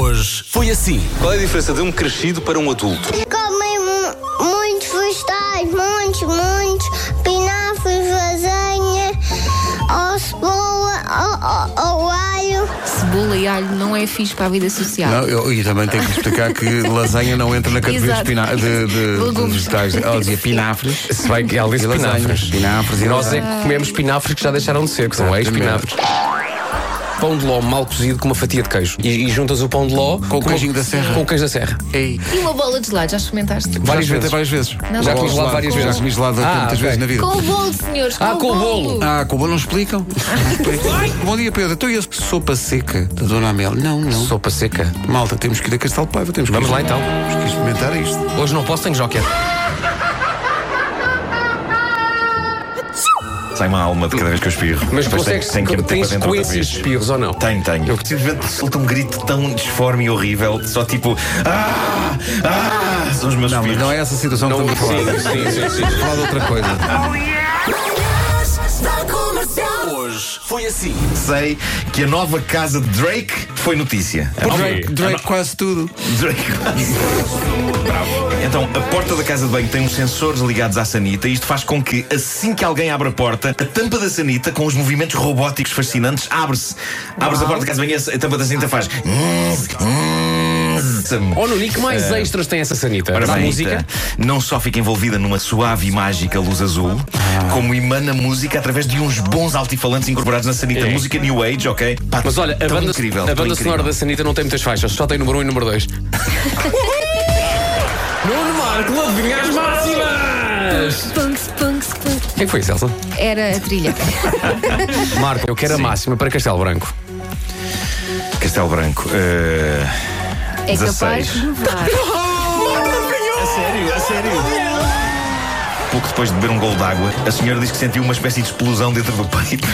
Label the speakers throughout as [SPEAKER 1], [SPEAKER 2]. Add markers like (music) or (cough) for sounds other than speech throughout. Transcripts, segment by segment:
[SPEAKER 1] Hoje foi assim.
[SPEAKER 2] Qual é a diferença de um crescido para um adulto?
[SPEAKER 3] Comem mu- muitos vegetais, muitos, muitos, pinafres, lasanha, ou cebola, ou, ou, ou alho.
[SPEAKER 4] Cebola e alho não é fixe para a vida social.
[SPEAKER 5] Não, eu- e também tenho que explicar que lasanha não entra na categoria de,
[SPEAKER 4] Exato.
[SPEAKER 5] pina- de, de- de
[SPEAKER 4] Legumes.
[SPEAKER 5] vegetais. Ela dizia pinafres.
[SPEAKER 6] Se bem que ela disse
[SPEAKER 5] E lasanha.
[SPEAKER 6] pinafres.
[SPEAKER 5] Pinafres e
[SPEAKER 6] Nós é
[SPEAKER 5] lasanha.
[SPEAKER 7] Ah.
[SPEAKER 6] que comemos pinafres que já deixaram de ser, que são
[SPEAKER 5] Exatamente.
[SPEAKER 6] ex-pinafres. Pão de ló mal cozido com uma fatia de queijo. E, e juntas o pão de ló com,
[SPEAKER 5] o queijinho da serra.
[SPEAKER 6] Com o queijo da serra.
[SPEAKER 5] Ei,
[SPEAKER 4] E uma bola de gelado, já experimentaste?
[SPEAKER 6] Várias
[SPEAKER 5] já experimentei
[SPEAKER 6] vezes.
[SPEAKER 5] várias vezes.
[SPEAKER 4] Não.
[SPEAKER 6] Já
[SPEAKER 4] Com
[SPEAKER 6] comi gelado
[SPEAKER 5] gelado.
[SPEAKER 6] várias
[SPEAKER 5] Já
[SPEAKER 6] vezes.
[SPEAKER 5] comi gelado
[SPEAKER 6] Ah,
[SPEAKER 5] muitas
[SPEAKER 6] ok.
[SPEAKER 5] vezes na vida.
[SPEAKER 4] Com o bolo, senhores.
[SPEAKER 6] Ah, com o bolo.
[SPEAKER 5] Ah, com o bolo não
[SPEAKER 4] (laughs)
[SPEAKER 5] explicam. Não explicam. Bom dia, Pedro. Então e a sopa seca da Dona Amélia? Não, não.
[SPEAKER 6] Sopa seca.
[SPEAKER 5] Malta, temos que ir a Castelo de Paiva. Temos que
[SPEAKER 6] Vamos
[SPEAKER 5] ir-
[SPEAKER 6] lá, então.
[SPEAKER 5] Temos que experimentar isto.
[SPEAKER 6] Hoje não posso, tenho joker.
[SPEAKER 7] Sai uma alma de cada vez que eu espirro.
[SPEAKER 6] Mas
[SPEAKER 7] Depois
[SPEAKER 6] consegues,
[SPEAKER 7] tenho- tenho que ir para
[SPEAKER 6] tens
[SPEAKER 7] dentro outra
[SPEAKER 6] sequências de
[SPEAKER 7] vez. Tá.
[SPEAKER 6] espirros ou não?
[SPEAKER 7] Tenho, tenho. Eu simplesmente solto um grito tão disforme e horrível, só tipo. Ah! Ah! São os meus
[SPEAKER 5] Não, mas
[SPEAKER 7] espirros.
[SPEAKER 5] não é essa situação que estamos a falar.
[SPEAKER 6] Sim, sim, sim, sim.
[SPEAKER 5] Vamos falar de outra coisa.
[SPEAKER 1] Hoje foi assim.
[SPEAKER 7] Sei que a nova casa de Drake foi notícia.
[SPEAKER 5] Drake, Drake quase tudo.
[SPEAKER 7] Drake. Bravo. Então, a porta da casa de banho tem uns sensores ligados à sanita e isto faz com que, assim que alguém abre a porta, a tampa da sanita, com os movimentos robóticos fascinantes, abre-se. Abre-se a porta da casa de banho e a tampa da sanita faz.
[SPEAKER 6] Oh, Nuno, e que mais extras tem essa sanita?
[SPEAKER 7] É. Ora
[SPEAKER 6] Dá
[SPEAKER 7] bem,
[SPEAKER 6] música?
[SPEAKER 7] Rita, não só fica envolvida numa suave e mágica luz azul,
[SPEAKER 6] Ah.
[SPEAKER 7] como emana música através de uns bons altifalantes incorporados na sanita.
[SPEAKER 6] É.
[SPEAKER 7] Música New Age, ok? Pá,
[SPEAKER 6] Mas olha, a
[SPEAKER 7] tão
[SPEAKER 6] banda,
[SPEAKER 7] incrível,
[SPEAKER 6] a
[SPEAKER 7] tão
[SPEAKER 6] banda
[SPEAKER 7] incrível.
[SPEAKER 6] sonora da Sanita não tem muitas faixas, só tem número 1 um e número
[SPEAKER 7] (laughs)
[SPEAKER 6] 2. Nuno Marco, adivinha as máximas!
[SPEAKER 4] Punks, punks, punks.
[SPEAKER 6] Quem é foi isso, Elsa?
[SPEAKER 4] Era a trilha. É
[SPEAKER 6] Marco, eu quero a máxima para Castelo Branco.
[SPEAKER 7] Castelo Branco. eh,
[SPEAKER 4] É capaz
[SPEAKER 7] 16.
[SPEAKER 4] de levar.
[SPEAKER 7] A sério, a sério. Pouco depois de beber um gol d'água, a senhora diz que sentiu uma espécie de explosão dentro do (laughs) peito.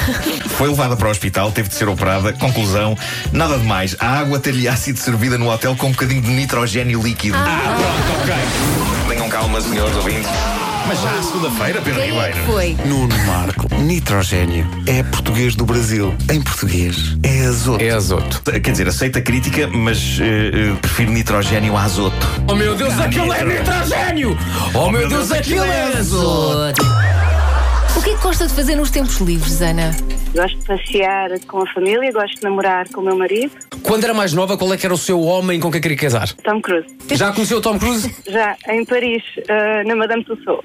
[SPEAKER 7] Foi levada para o hospital, teve de ser operada. Conclusão: nada de mais. A água ter-lhe sido servida no hotel com um bocadinho de nitrogênio líquido. Ah, pronto, ok. Tenham calma, senhores ouvintes. Mas já à segunda-feira, Pedro
[SPEAKER 4] Quem é
[SPEAKER 7] Ribeiro.
[SPEAKER 4] que foi?
[SPEAKER 5] Nuno Marco, nitrogênio é português do Brasil. Em português, é azoto.
[SPEAKER 6] É azoto.
[SPEAKER 7] Quer dizer, aceita a crítica, mas eh, eh, prefiro nitrogênio a azoto.
[SPEAKER 6] Oh meu Deus, aquilo é nitrogênio! Oh meu Deus, aquilo é azoto!
[SPEAKER 4] O que é que gosta de fazer nos tempos livres, Ana?
[SPEAKER 8] Gosto de passear com a família, gosto de namorar com o meu marido,
[SPEAKER 6] Quando era mais nova, qual é que era o seu homem com quem queria casar?
[SPEAKER 8] Tom Cruise.
[SPEAKER 6] Já conheceu o Tom Cruise?
[SPEAKER 8] Já em Paris, eh, na Madame Tussauds.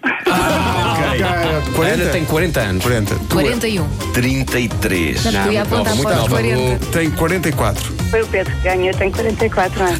[SPEAKER 6] A
[SPEAKER 8] (laughs)
[SPEAKER 6] Ana tem 40 anos.
[SPEAKER 5] 40. Tu é.
[SPEAKER 4] 41.
[SPEAKER 7] 33.
[SPEAKER 4] Não, um. ia
[SPEAKER 6] muito
[SPEAKER 4] apontar
[SPEAKER 6] nova,
[SPEAKER 4] para os 40.
[SPEAKER 6] muito
[SPEAKER 5] é- Tem 44.
[SPEAKER 8] Foi o Pedro que ganhou, tem 44 anos.